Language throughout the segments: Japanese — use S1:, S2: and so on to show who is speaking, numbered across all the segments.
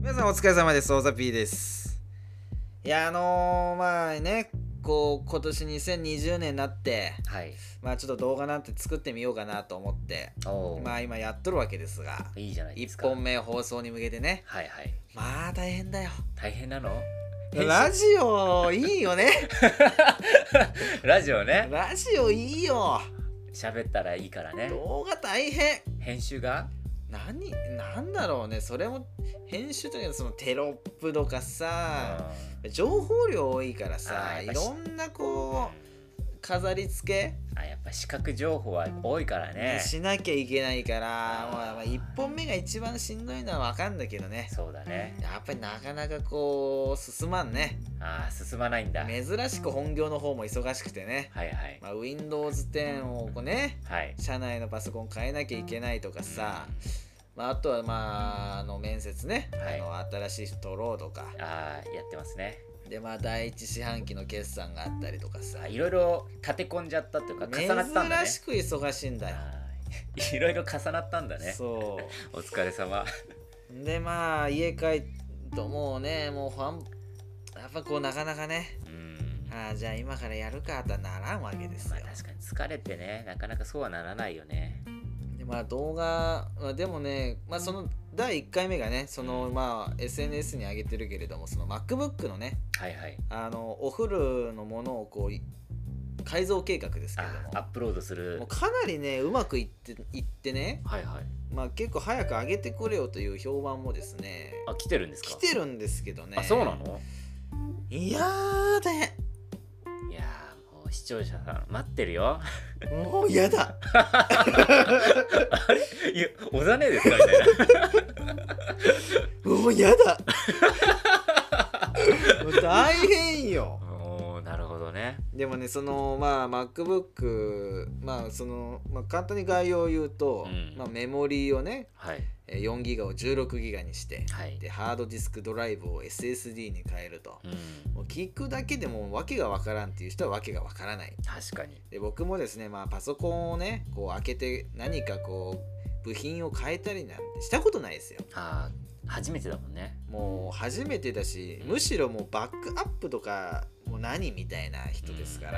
S1: 皆さんお疲れ様です。大ザピーです。いや、あのーまあね、こう、今年2020年になって、
S2: はい。
S1: まあちょっと動画なんて作ってみようかなと思って、
S2: おお。
S1: まあ今やっとるわけですが、
S2: いいじゃないです
S1: 1
S2: か。
S1: 本。目放送に向けてね、
S2: はいはい。
S1: まあ大変だよ。
S2: 大変なの？
S1: ラジオいいよね。
S2: ラジオね。
S1: ラジオいいよ。
S2: 喋ったらいいからね。
S1: 動画大変。
S2: 編集が？
S1: 何なんだろうねそれも編集というかそのテロップとかさ、情報量多いからさ
S2: あー
S1: い
S2: やっぱし
S1: ろんな
S2: うん
S1: こう飾り付け
S2: あ、やっぱ視覚情報は多いからね。
S1: しなきゃいけないから、まあまあ、
S2: あー
S1: 1本目が一番しんどいのは分かんだけどね
S2: そうだね。
S1: やっぱりなかなかこう進まんね
S2: あー、進まないんだ。はい
S1: 珍しく本業の方も忙しくてね、
S2: はい。
S1: まあ、Windows10 をこうね
S2: はい。
S1: 社内のパソコン変えなきゃいけないとかさ、まあ、あとはまああの面接ね、
S2: はい
S1: あの新しい人取ろうとか
S2: あー、やってますね。
S1: でまあ第一四半期の決算があったりとかさ
S2: あ、いろいろ立て込んじゃったというか重なったんだね
S1: 珍し。く忙しいんだよ、
S2: あー いろいろ重なったんだね。
S1: そ
S2: お疲れ様。
S1: うでまあ家帰るともうねもうファンやっぱこうなかなかね
S2: うん。
S1: ああじゃあ今からやるかとはならんわけです
S2: まあ
S1: よ
S2: 確かに疲れてね、なかなかそうはならないよね。
S1: でまあ動画、まあ、でもね、まあ、その第1回目がねそのまあ SNS に上げてるけれどもその MacBook のね
S2: はいはい。
S1: あのお風呂のものをこうい改造計画ですけれど
S2: あアップロードす
S1: も
S2: る
S1: もうかなりねうまくいっていってね、
S2: はいはい
S1: まあ、結構早く上げてくれよという評判もですね
S2: あ来てるんですか
S1: 来てるんですけどね
S2: あそうなの
S1: いやー大変
S2: いやーもう視聴者さん待って るよ
S1: もう嫌だ
S2: いやおざねですかみたいな
S1: もう嫌だもう大変よ
S2: おーなるほどね
S1: でもねそのまあ MacBook まあその、まあ、簡単に概要を言うと、
S2: うん
S1: まあ、メモリーをね
S2: はい
S1: えー4ギガを16ギガにして、
S2: はい
S1: でハードディスクドライブを SSD に変えると
S2: う、ん
S1: もう聞くだけでもわけがわからんっていう人はわけがわからない
S2: 確かに
S1: で僕もですね、まあ、パソコンをねこう開けて何かこう部品を変えたりなんてしたことないですよ
S2: あー初めてだもんね
S1: もう初めてだしむしろもうバックアップとかもう何みたいな人ですか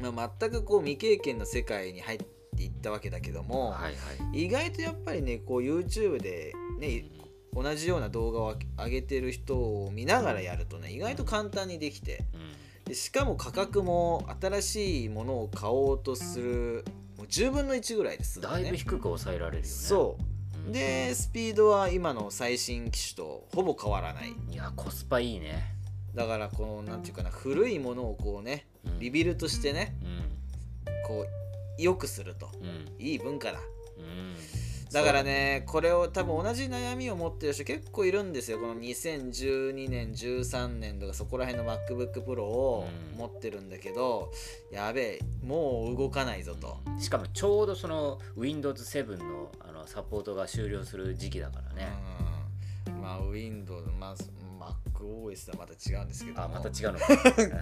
S1: ら、まあ、全くこう未経験の世界に入っていったわけだけども、
S2: はいはい
S1: 意外とやっぱりねこう YouTube でね同じような動画を上げてる人を見ながらやるとね意外と簡単にできて
S2: うん
S1: でしかも価格も新しいものを買おうとするもう10分の1ぐらいですんで
S2: だいぶ低く抑えられるよね
S1: そううんでスピードは今の最新機種とほぼ変わらない
S2: いやコスパいいね
S1: だからこの何て言うかな古いものをこうね
S2: うん
S1: リビルとしてね
S2: うん
S1: こう良くすると
S2: うん
S1: いい文化だ
S2: うん
S1: だからねこれを多分同じ悩みを持ってる人結構いるんですよこの2012年13年とかそこら辺の MacBookPro を
S2: うん
S1: 持ってるんだけど、やべえもう動かないぞと、
S2: しかもちょうどその Windows7 のあのサポートが終了する時期だからね、
S1: うんまあ Windows まあ MacOS とはまた違うんですけど
S2: あまた
S1: も
S2: 違 うのか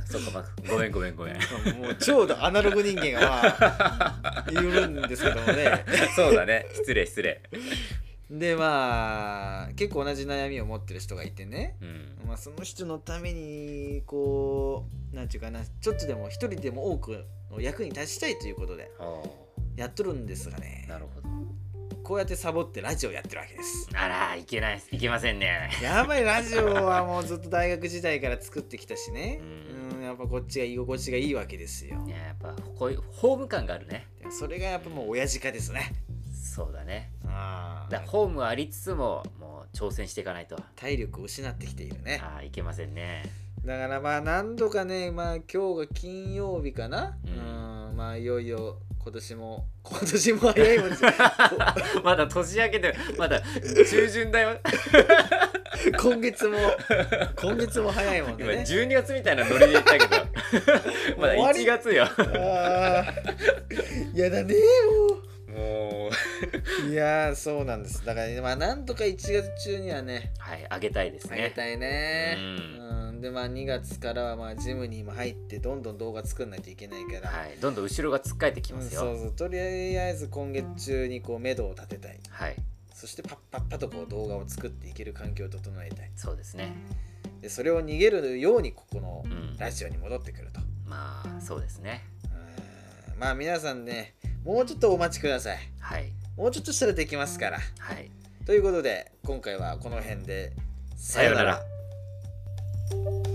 S2: そっか、まあ、ごめんごめんごめん
S1: もう超アナログ人間がまあいるんですけどもね
S2: そうだね失礼失礼
S1: でまあ結構同じ悩みを持ってる人がいてね
S2: うん
S1: まあ、その人のためにこうなんていうかなちょっとでも一人でも多くの役に立ちたいということで
S2: お
S1: やっとるんですがね
S2: ーなるほど
S1: こうやってサボってラジオやってるわけです
S2: あらいけないいけませんね
S1: やばいラジオはもうずっと大学時代から作ってきたしね
S2: う
S1: うんやっぱこっちが居心地がいいわけですよ
S2: いややっぱこういうホーム感があるね
S1: でもそれがやっぱもう親父化ですね
S2: そうだね
S1: あ
S2: だホームはありつつももう挑戦していかないと
S1: 体力を失ってきているね
S2: あーいけませんね
S1: だからまあ何度かねまあ今日が金曜日かなう
S2: うん
S1: んまあいよいよ今年も 今年も早いもんですよ
S2: まだ年明けてまだ中旬だよ
S1: 今月 も今月も早いもん
S2: 今
S1: ね。
S2: 12月みたいなノリで言ったけど まだ
S1: 終わり
S2: 1月よ
S1: あーやだね
S2: もう
S1: もう。いやーそうなんです。だから、ね、まあなんとか1月中にはね
S2: はいあげたいです
S1: あげ
S2: ね
S1: たいね。
S2: う
S1: うん、んでまあ2月からはまあジムにも入ってどんどん動画作んないといけないから、
S2: はい、どんどん後ろがつっかえてき
S1: う
S2: ま
S1: ん
S2: す
S1: そう
S2: よ。
S1: そうとりあえず今月中にこう目処を立てたい
S2: はい、
S1: そしてパッパッパとこう動画を作っていける環境を整えたい
S2: そうですね。
S1: でそれを逃げるようにここの
S2: うん、
S1: ラジオに戻ってくると
S2: まあそうですね。
S1: うーんまあ皆さんねもうちょっとお待ちください
S2: はい、
S1: もうちょっとしたらできますから
S2: はい。
S1: ということで今回はこの辺でさような
S2: さような
S1: ら
S2: ら